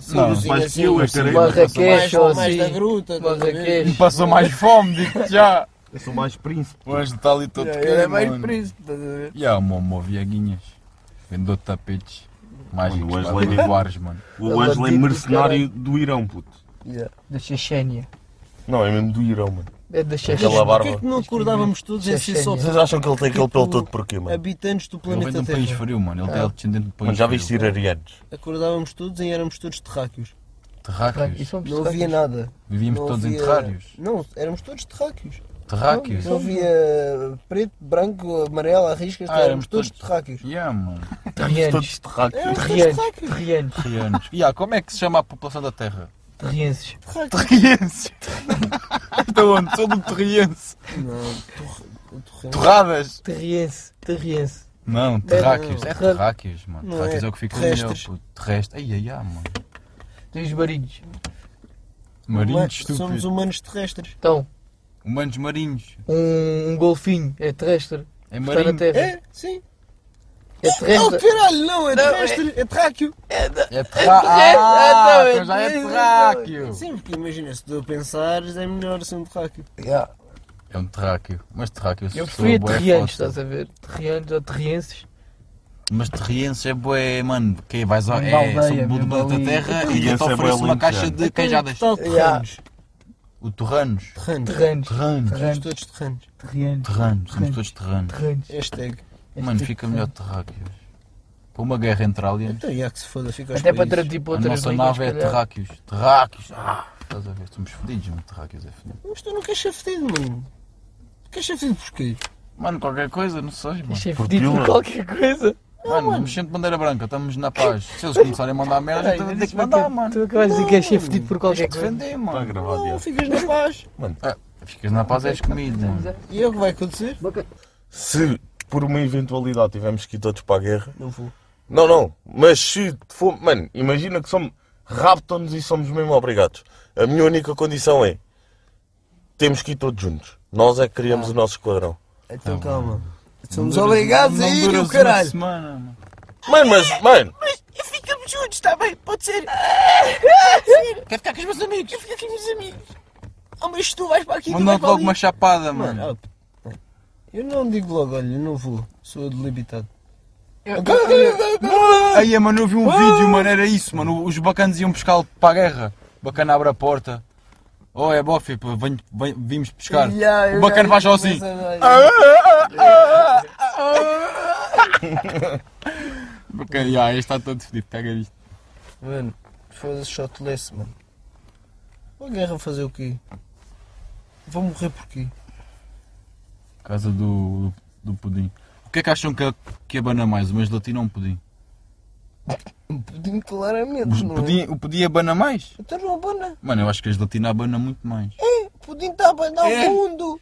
[SPEAKER 2] Não,
[SPEAKER 5] mais que eu, é caralho.
[SPEAKER 3] mais,
[SPEAKER 4] Marrakech ou
[SPEAKER 3] mais
[SPEAKER 4] assim.
[SPEAKER 3] da gruta, estás a ver?
[SPEAKER 4] Marrakech.
[SPEAKER 2] Passou mais fome, digo já.
[SPEAKER 5] Eu sou mais príncipe.
[SPEAKER 2] O Ângelo está ali todo
[SPEAKER 3] Yeah,
[SPEAKER 2] pequeno,
[SPEAKER 3] Ele é mais
[SPEAKER 2] mano.
[SPEAKER 3] príncipe, estás a ver?
[SPEAKER 2] E há uma uma vieguinhas. Vendou tapetes. Mágicos
[SPEAKER 5] Mano, o Ângelo
[SPEAKER 2] para
[SPEAKER 5] é mesmo-
[SPEAKER 2] voares, mano.
[SPEAKER 5] O Ângelo é
[SPEAKER 4] bandido do
[SPEAKER 5] mercenário do Irão, puto.
[SPEAKER 4] Da Chechênia.
[SPEAKER 5] Não, é mesmo do Irão, mano.
[SPEAKER 4] É da
[SPEAKER 5] Aquela
[SPEAKER 4] Chechênia.
[SPEAKER 5] barba.
[SPEAKER 3] Porquê que não acordávamos todos em ser só
[SPEAKER 5] Vocês acham que ele tem aquele pelo todo porquê, mano?
[SPEAKER 3] habitantes do
[SPEAKER 2] Ele vem de
[SPEAKER 3] planeta
[SPEAKER 2] um país
[SPEAKER 3] Terra? Ah.
[SPEAKER 2] frio, mano. Ele é descendente de um país
[SPEAKER 5] Mano, já
[SPEAKER 2] frio.
[SPEAKER 5] viste irarianos?
[SPEAKER 3] Acordávamos todos e éramos todos terráqueos.
[SPEAKER 4] é
[SPEAKER 2] Terráqueos.
[SPEAKER 4] um
[SPEAKER 3] Não havia nada.
[SPEAKER 2] Vivíamos
[SPEAKER 3] Não
[SPEAKER 2] todos em
[SPEAKER 3] havia-
[SPEAKER 2] terrários.
[SPEAKER 3] Não, éramos todos terráqueos.
[SPEAKER 2] Terráqueos.
[SPEAKER 3] Não havia preto, branco, amarelo, arriscas,
[SPEAKER 2] Ah, éramos
[SPEAKER 3] éramos todos
[SPEAKER 2] todos-
[SPEAKER 3] terráqueos.
[SPEAKER 2] Yeah, mano.
[SPEAKER 5] Todos
[SPEAKER 4] Terrianos.
[SPEAKER 5] terráqueos.
[SPEAKER 3] Éramos todos
[SPEAKER 4] Terrenos.
[SPEAKER 3] terráqueos.
[SPEAKER 4] Terrianos.
[SPEAKER 2] Terrianos. Yeah, como é que se chama a população da Terra?
[SPEAKER 4] Terrienses.
[SPEAKER 2] Terrienses. Estou onde? Sou do Terriense.
[SPEAKER 3] Não, torre- torre-
[SPEAKER 2] Torradas.
[SPEAKER 4] Terriense. Terriense.
[SPEAKER 2] Não, terráqueos.
[SPEAKER 4] não.
[SPEAKER 2] É terráqueos, mano.
[SPEAKER 3] Não
[SPEAKER 2] Terráqueos
[SPEAKER 3] é.
[SPEAKER 2] é o que fica melhor.
[SPEAKER 3] Terrestres.
[SPEAKER 2] puto. Terrestre. Ai, ai, ai, mano.
[SPEAKER 4] Tens barinhos.
[SPEAKER 2] Marinhos,
[SPEAKER 3] Mas Somos um-
[SPEAKER 2] estúpido.
[SPEAKER 3] humanos terrestres.
[SPEAKER 4] Então,
[SPEAKER 2] Humanos marinhos.
[SPEAKER 4] um, um golfinho é terrestre.
[SPEAKER 2] É
[SPEAKER 4] Está
[SPEAKER 2] marinho.
[SPEAKER 4] na Terra.
[SPEAKER 3] É, sim.
[SPEAKER 4] É
[SPEAKER 3] Oh,
[SPEAKER 4] terrestre.
[SPEAKER 3] caralho, não, é terrestre, é terráqueo.
[SPEAKER 2] É terra... Ah,
[SPEAKER 4] é
[SPEAKER 2] então já é terráqueo.
[SPEAKER 3] Sim, porque imagina, se tu a pensares, é melhor ser um terráqueo.
[SPEAKER 2] É um terráqueo. Mas terráqueo se
[SPEAKER 4] Eu
[SPEAKER 2] pessoa
[SPEAKER 4] preferia
[SPEAKER 2] bué
[SPEAKER 4] terrianos,
[SPEAKER 2] fóssil.
[SPEAKER 4] estás a ver? Terrianos ou terrienses.
[SPEAKER 2] Mas terrienses é bué, mano. Que vais ao...
[SPEAKER 4] Uma
[SPEAKER 2] É,
[SPEAKER 4] aldeia,
[SPEAKER 2] são do
[SPEAKER 4] mesmo
[SPEAKER 2] da
[SPEAKER 4] ali.
[SPEAKER 2] terra e eu te
[SPEAKER 5] Terriense é bué
[SPEAKER 2] ofereço uma
[SPEAKER 5] lindo,
[SPEAKER 2] caixa
[SPEAKER 5] gente.
[SPEAKER 2] de
[SPEAKER 3] Então,
[SPEAKER 2] queijadas.
[SPEAKER 3] Tal terranos.
[SPEAKER 2] O terranos.
[SPEAKER 3] Terranos.
[SPEAKER 4] Terranos.
[SPEAKER 2] Terranos.
[SPEAKER 3] Somos todos terranos.
[SPEAKER 4] Terranos.
[SPEAKER 2] Terranos. Somos todos terranos.
[SPEAKER 4] Terranos.
[SPEAKER 3] Hashtag.
[SPEAKER 2] Mano,
[SPEAKER 4] tipo
[SPEAKER 2] fica melhor terráqueos. Para uma guerra entre aliens,
[SPEAKER 3] Então, já que se foda, fica aos
[SPEAKER 4] Até para
[SPEAKER 3] países.
[SPEAKER 4] tratar
[SPEAKER 2] é
[SPEAKER 4] tipo
[SPEAKER 2] a
[SPEAKER 4] outras
[SPEAKER 2] nossa
[SPEAKER 4] línguas,
[SPEAKER 2] nave é
[SPEAKER 4] se calhar.
[SPEAKER 2] terráqueos. Terráqueos! Ah, estás a ver? Estamos fodidos, mano. Terráqueos é fodido.
[SPEAKER 3] Mas tu não queres ser fedido, mano. Queres ser fedido porquê?
[SPEAKER 2] Mano, qualquer coisa, não sei, mano.
[SPEAKER 4] Isto é fedido por qualquer coisa.
[SPEAKER 2] Mano, vamos sempre bandeira branca, estamos na paz. Se eles começarem a mandar merda, a gente vai ter que mandar, mano.
[SPEAKER 4] Tu acabas de dizer que és ser fedido por
[SPEAKER 2] Tem
[SPEAKER 4] qualquer
[SPEAKER 2] que
[SPEAKER 4] coisa.
[SPEAKER 2] defender,
[SPEAKER 5] Está
[SPEAKER 2] mano.
[SPEAKER 5] Tá gravado, já.
[SPEAKER 3] Ficas na paz.
[SPEAKER 5] Mano,
[SPEAKER 2] Ficas na paz, és comida.
[SPEAKER 3] E é o que vai acontecer?
[SPEAKER 5] se por uma eventualidade tivermos que ir todos para a guerra.
[SPEAKER 3] Não vou.
[SPEAKER 5] Não, não, mas se for. Mano, imagina que somos. Raptam-nos e somos mesmo obrigados. A minha única condição é. Temos que ir todos juntos. Nós é que criamos o nosso esquadrão.
[SPEAKER 3] Então calma. Somos obrigados a ir, o caralho.
[SPEAKER 2] Semana, mano.
[SPEAKER 5] Mano, mas. Mano!
[SPEAKER 3] E ficamos juntos, está tá bem? Pode ser. Quer ficar com os meus amigos? Quer ficar Ah! com os meus amigos. Ah, mas tu vais para aqui, tu vais
[SPEAKER 2] Mandam-te
[SPEAKER 3] para
[SPEAKER 2] logo
[SPEAKER 3] ali.
[SPEAKER 2] uma chapada,
[SPEAKER 3] Mano,
[SPEAKER 2] mano.
[SPEAKER 3] ah, p- eu não digo logo, olha, eu não vou. Sou delimitado.
[SPEAKER 2] Aí, mano, eu vi um vídeo, mano, era isso, mano. Os bacanas iam pescar para a guerra. O bacana abre a porta. Oh, é bofe, pô, venho- venho- vimos pescar. O bacana faz só assim.
[SPEAKER 3] Ah!
[SPEAKER 2] O Bacana, ah, este está todo fedido, pega isto.
[SPEAKER 3] Mano, foda-se só te lesse, mano. Vou à guerra fazer o quê? Vou morrer por quê?
[SPEAKER 2] Casa do, do pudim. O que é que acham que, que abana mais? Uma gelatina ou um pudim?
[SPEAKER 3] Um pudim claramente,
[SPEAKER 2] O
[SPEAKER 3] não
[SPEAKER 2] Um pudim, o pudim abana mais?
[SPEAKER 3] é? Então não abana.
[SPEAKER 2] Mano, eu acho que a gelatina abana muito mais.
[SPEAKER 3] É, o pudim está a abanar
[SPEAKER 2] É.
[SPEAKER 3] o mundo.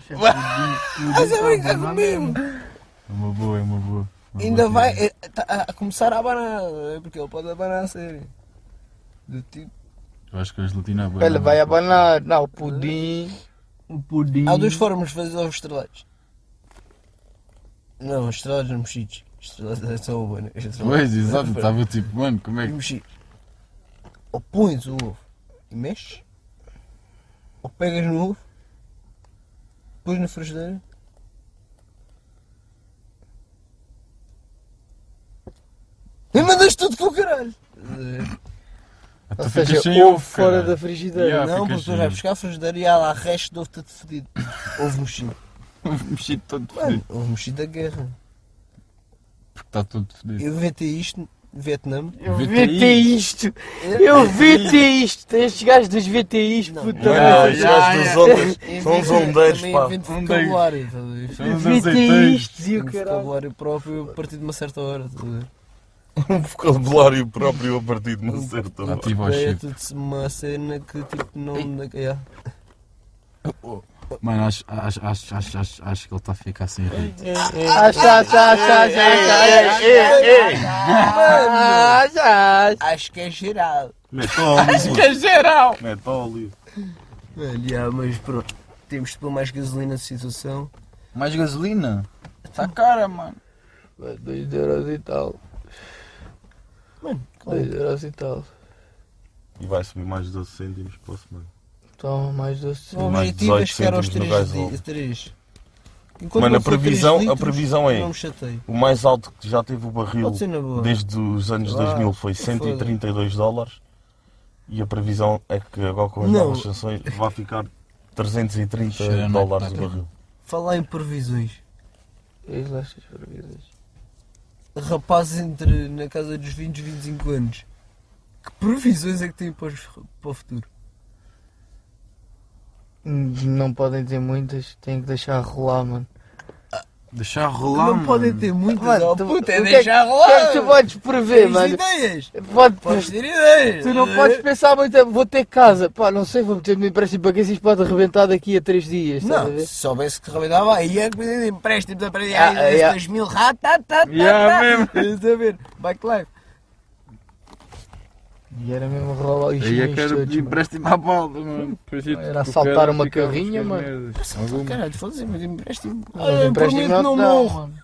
[SPEAKER 3] Estás a brincar comigo?
[SPEAKER 2] É uma boa, é uma boa. Uma
[SPEAKER 3] Ainda
[SPEAKER 2] boa
[SPEAKER 3] vai
[SPEAKER 2] ideia.
[SPEAKER 3] é, tá a começar a abanar, é, porque ele pode abanar a sério. Do tipo.
[SPEAKER 2] Eu acho que a gelatina abana.
[SPEAKER 4] Ele vai
[SPEAKER 2] mais.
[SPEAKER 4] abanar. Não, o pudim. O pudim.
[SPEAKER 3] Há duas formas de fazer ovos estrelados. Não, estrelados não mexidos. Estrelados é só uma boa.
[SPEAKER 2] Pois, exato, estava tipo, mano, como é
[SPEAKER 3] E
[SPEAKER 2] que.
[SPEAKER 3] mexer. Ou pões o ovo e mexes, ou pegas no ovo, pões na frigideira. E mandas tudo com o caralho!
[SPEAKER 2] Tu
[SPEAKER 4] Ou
[SPEAKER 2] ficas
[SPEAKER 4] seja,
[SPEAKER 2] sem
[SPEAKER 4] ovo
[SPEAKER 2] ovo,
[SPEAKER 4] fora
[SPEAKER 2] caralho.
[SPEAKER 4] da frigideira.
[SPEAKER 2] Yeah. Ah,
[SPEAKER 3] não,
[SPEAKER 2] ficas
[SPEAKER 3] porque tu vais
[SPEAKER 2] sem-
[SPEAKER 3] buscar a frigideira e há lá resto de ovo todo fedido. Ovo mexido.
[SPEAKER 2] mexido é todo
[SPEAKER 3] Mano,
[SPEAKER 2] fedido.
[SPEAKER 3] ovo mexido da guerra.
[SPEAKER 2] Porque está todo fedido.
[SPEAKER 3] Eu inventei isto no Vietnã.
[SPEAKER 4] Eu
[SPEAKER 2] VTI.
[SPEAKER 4] VT isto. Eu VT isto. Tem estes gajos dos VTIs,
[SPEAKER 3] Não.
[SPEAKER 4] puta.
[SPEAKER 2] Yeah,
[SPEAKER 5] Mano, os
[SPEAKER 2] yeah,
[SPEAKER 5] gajos é dos
[SPEAKER 2] yeah.
[SPEAKER 5] ondas são uns
[SPEAKER 3] um,
[SPEAKER 5] ondeiros,
[SPEAKER 3] Também
[SPEAKER 5] pá.
[SPEAKER 3] invento
[SPEAKER 2] Ondeiros.
[SPEAKER 3] vocabulário, estás a ver?
[SPEAKER 2] São uns
[SPEAKER 4] VT
[SPEAKER 2] azeiteiros.
[SPEAKER 4] isto e
[SPEAKER 3] um
[SPEAKER 4] o caralho.
[SPEAKER 3] vocabulário próprio a partir de uma certa hora. estás a ver?
[SPEAKER 5] Um vocabulário próprio a partir de uma certa hora.
[SPEAKER 2] Ativa o
[SPEAKER 3] É
[SPEAKER 2] chip.
[SPEAKER 3] tudo uma cena que tipo não. É.
[SPEAKER 2] Mano, acho, acho, acho, acho, acho, acho que ele está a ficar sem rito.
[SPEAKER 4] Acha, acha,
[SPEAKER 3] Ah,
[SPEAKER 4] acha, acha, acha, acha. Acha, acha.
[SPEAKER 3] Acho que é geral.
[SPEAKER 5] Metólico.
[SPEAKER 3] é
[SPEAKER 2] Que geral!
[SPEAKER 5] Metólico.
[SPEAKER 3] Olha, mas pronto. Temos de pôr mais gasolina na situação.
[SPEAKER 2] Mais gasolina? Está cara, mano.
[SPEAKER 4] 2 euros e tal.
[SPEAKER 3] Mano, claro.
[SPEAKER 4] 2 euros e tal.
[SPEAKER 5] E vai subir mais 12 cêntimos para a semana.
[SPEAKER 4] Toma mais doce.
[SPEAKER 3] O
[SPEAKER 5] mais
[SPEAKER 3] objetivo é
[SPEAKER 5] 18
[SPEAKER 3] chegar aos
[SPEAKER 5] cêntimos no
[SPEAKER 3] 3
[SPEAKER 5] gasóleo.
[SPEAKER 3] dias. três. Enquanto
[SPEAKER 5] Mano,
[SPEAKER 3] não
[SPEAKER 5] a
[SPEAKER 3] for três
[SPEAKER 5] previsão- a
[SPEAKER 3] litros,
[SPEAKER 5] previsão é-
[SPEAKER 3] Não me chatei.
[SPEAKER 5] O mais alto que já teve o barril
[SPEAKER 3] Pode ser na boa.
[SPEAKER 5] desde os anos
[SPEAKER 3] Ah,
[SPEAKER 5] 2000 foi
[SPEAKER 3] foda.
[SPEAKER 5] 132 dólares e a previsão é que agora com as
[SPEAKER 3] Não.
[SPEAKER 5] novas sanções vai ficar 330
[SPEAKER 2] Cheira, não é?
[SPEAKER 5] dólares o barril.
[SPEAKER 3] Falar em previsões.
[SPEAKER 4] Eis lá estas previsões.
[SPEAKER 3] Rapaz entre na casa dos 20 e 25 anos. Que previsões é que tem para, os- para o futuro?
[SPEAKER 4] Hum, Não podem ter muitas, têm que deixar rolar, mano.
[SPEAKER 2] Deixar rolar,
[SPEAKER 3] Não
[SPEAKER 2] mano.
[SPEAKER 3] podem ter muitas.
[SPEAKER 4] Mano,
[SPEAKER 3] oh,
[SPEAKER 4] tu-
[SPEAKER 3] puta, é
[SPEAKER 4] o que é que-
[SPEAKER 3] deixar
[SPEAKER 4] O que é
[SPEAKER 3] rolar.
[SPEAKER 4] que tu podes prever,
[SPEAKER 3] Tens
[SPEAKER 4] mano?
[SPEAKER 3] ideias.
[SPEAKER 4] Pode,
[SPEAKER 3] Podes ter ideias.
[SPEAKER 4] tu não podes pensar muito, é, vou ter casa. Pá, não sei, vou meter me empréstimo para que isso pode arrebentar daqui a 3 dias, estás a
[SPEAKER 3] Não, se
[SPEAKER 4] ver?
[SPEAKER 3] soubesse que arrebentava, aí é que pedir empréstimos a partir
[SPEAKER 4] Ah,
[SPEAKER 3] aí
[SPEAKER 4] yeah.
[SPEAKER 3] 2 mil ratos. Tá, tá, tá,
[SPEAKER 2] Yeah,
[SPEAKER 3] tá. Estás a ver? Bike life.
[SPEAKER 4] E era mesmo rolar os
[SPEAKER 2] Aí é
[SPEAKER 4] chinhos
[SPEAKER 2] que era
[SPEAKER 4] todos,
[SPEAKER 2] pedir
[SPEAKER 4] mano.
[SPEAKER 2] empréstimo à balda, mano. Parecia
[SPEAKER 4] Era
[SPEAKER 2] que o
[SPEAKER 4] assaltar
[SPEAKER 2] cara
[SPEAKER 4] uma
[SPEAKER 2] ficava a
[SPEAKER 4] carrinha,
[SPEAKER 2] buscar
[SPEAKER 4] mano. um
[SPEAKER 2] merdas.
[SPEAKER 3] Caralho, foda-se, mas empréstimo.
[SPEAKER 4] Mas
[SPEAKER 3] Ah, eu
[SPEAKER 4] empréstimo
[SPEAKER 3] prometo que não
[SPEAKER 4] te dão,
[SPEAKER 3] morro.
[SPEAKER 4] mano.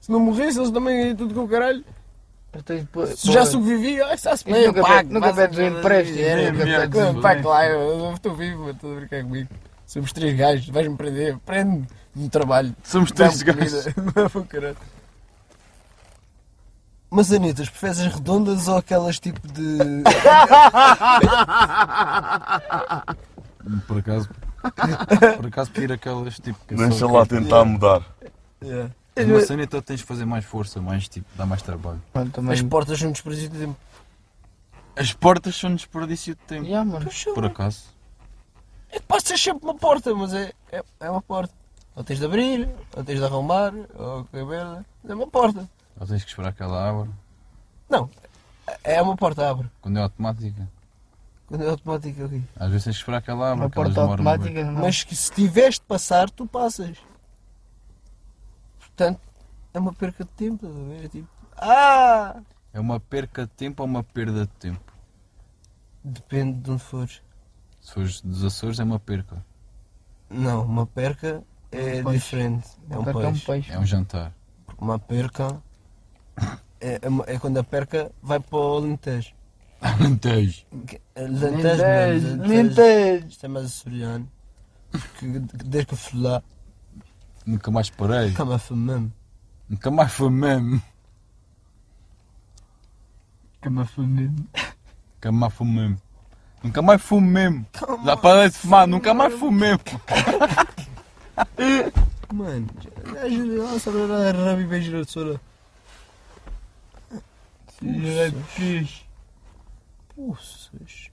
[SPEAKER 3] Se não morresse, eles também iam tudo com o caralho.
[SPEAKER 4] Eu tenho- pô,
[SPEAKER 3] Se já
[SPEAKER 4] pô,
[SPEAKER 3] sobrevivi, ai, está-se
[SPEAKER 4] Eu
[SPEAKER 3] bem.
[SPEAKER 4] nunca
[SPEAKER 3] eu pago,
[SPEAKER 4] pe- nunca
[SPEAKER 3] faço-
[SPEAKER 4] pedes um empréstimo,
[SPEAKER 3] Era,
[SPEAKER 2] nunca
[SPEAKER 3] era,
[SPEAKER 2] pedes um
[SPEAKER 3] Bike life, eu estou vivo, estou a brincar comigo. Somos três gajos, vais-me prender, prende-me no trabalho.
[SPEAKER 2] Somos três gajos.
[SPEAKER 3] um Mas Anitas, preferes as redondas ou aquelas tipo de.
[SPEAKER 2] Hum, Por acaso. Por acaso pedir aquelas tipo. que
[SPEAKER 5] Deixa
[SPEAKER 2] só-
[SPEAKER 5] lá tentar mudar.
[SPEAKER 3] Yeah.
[SPEAKER 2] Uma sanita tens de fazer mais força, mais tipo, dá mais trabalho.
[SPEAKER 4] Mano, também... é
[SPEAKER 3] As portas são é desprezíveis de tempo.
[SPEAKER 2] As portas são um desperdício de tempo.
[SPEAKER 4] Já, mano.
[SPEAKER 2] Por acaso.
[SPEAKER 3] É que pode ser sempre uma porta, mas é, é, é uma porta. Ou tens de abrir, ou tens de arrombar, ou qualquer merda. É uma porta.
[SPEAKER 2] Ou tens que esperar que ela abra.
[SPEAKER 3] É uma porta abre.
[SPEAKER 2] Quando é automática.
[SPEAKER 3] Quando é automática aqui.
[SPEAKER 2] Às vezes tens que esperar que ela abra.
[SPEAKER 4] Uma
[SPEAKER 2] que elas
[SPEAKER 4] porta
[SPEAKER 2] demoram bué.
[SPEAKER 4] automática não.
[SPEAKER 3] Mas que se tiveres de passar, tu passas. Portanto, é uma perca de tempo, estás a ver? É tipo, ah!
[SPEAKER 2] É uma perca de tempo ou uma perda de tempo?
[SPEAKER 3] Depende de onde fores.
[SPEAKER 2] Se fores dos Açores é uma perca.
[SPEAKER 3] Não, uma perca é
[SPEAKER 4] Um peixe.
[SPEAKER 3] diferente. É um
[SPEAKER 4] Portanto, é um
[SPEAKER 3] peixe.
[SPEAKER 4] peixe.
[SPEAKER 2] É um jantar.
[SPEAKER 3] Porque uma perca é, é uma- é quando a perca vai para o Alentejo.
[SPEAKER 2] Alentejo.
[SPEAKER 3] Que- Alentejo,
[SPEAKER 4] Lentejo,
[SPEAKER 3] não,
[SPEAKER 4] lentejo.
[SPEAKER 3] Isto é mais açoriano. Que- que- Desde que eu fui lá,
[SPEAKER 2] Nunca mais parei.
[SPEAKER 3] cá me afamamos.
[SPEAKER 2] Nunca mais foi mesmo.
[SPEAKER 4] Que me afundendo.
[SPEAKER 2] Nunca mais foi mesmo. Nunca mais fui mesmo. Já parei de fumar, nunca mais fui mesmo.
[SPEAKER 3] Mano, ajuda lá sobre a rabi bem girassora. Puças.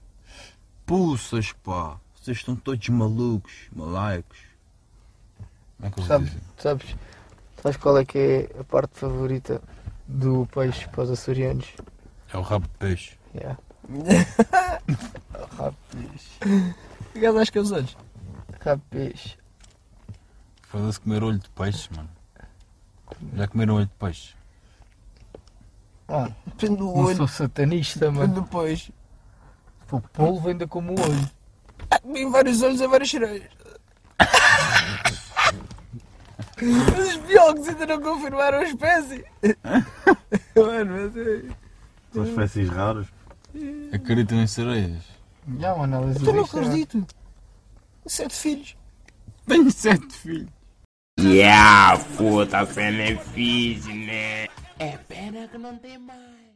[SPEAKER 2] Pulsas, pá. Vocês estão todos malucos, malaicos. Como é que eles
[SPEAKER 4] Sabes,
[SPEAKER 2] dizem?
[SPEAKER 4] sabes, sabes qual é que é a parte favorita do peixe para os açorianos?
[SPEAKER 2] É o rabo de peixe.
[SPEAKER 4] Yeah. Rabo de peixe.
[SPEAKER 3] Obrigado aos que é olhos.
[SPEAKER 4] Rabo de peixe.
[SPEAKER 2] Foda-se comer olho de peixe, mano. Já comeram olho de peixe?
[SPEAKER 4] Ah,
[SPEAKER 3] Depende do
[SPEAKER 4] não
[SPEAKER 3] olho.
[SPEAKER 4] sou satanista,
[SPEAKER 3] Depende
[SPEAKER 4] mano.
[SPEAKER 3] do peixe.
[SPEAKER 4] O polvo ainda como o olho.
[SPEAKER 3] Ah, Tem vários olhos a várias cheiras. Mas os biólogos ainda não confirmaram a espécie. Mano, mas é.
[SPEAKER 5] São espécies raras.
[SPEAKER 2] Acreditam em sereias?
[SPEAKER 4] Já, uma análise
[SPEAKER 3] Tu não
[SPEAKER 4] disto,
[SPEAKER 3] acredito. Sete filhos.
[SPEAKER 2] Tenho sete filhos.
[SPEAKER 9] Yeah, puta, cena é fixe, né? É pena que não tem mais.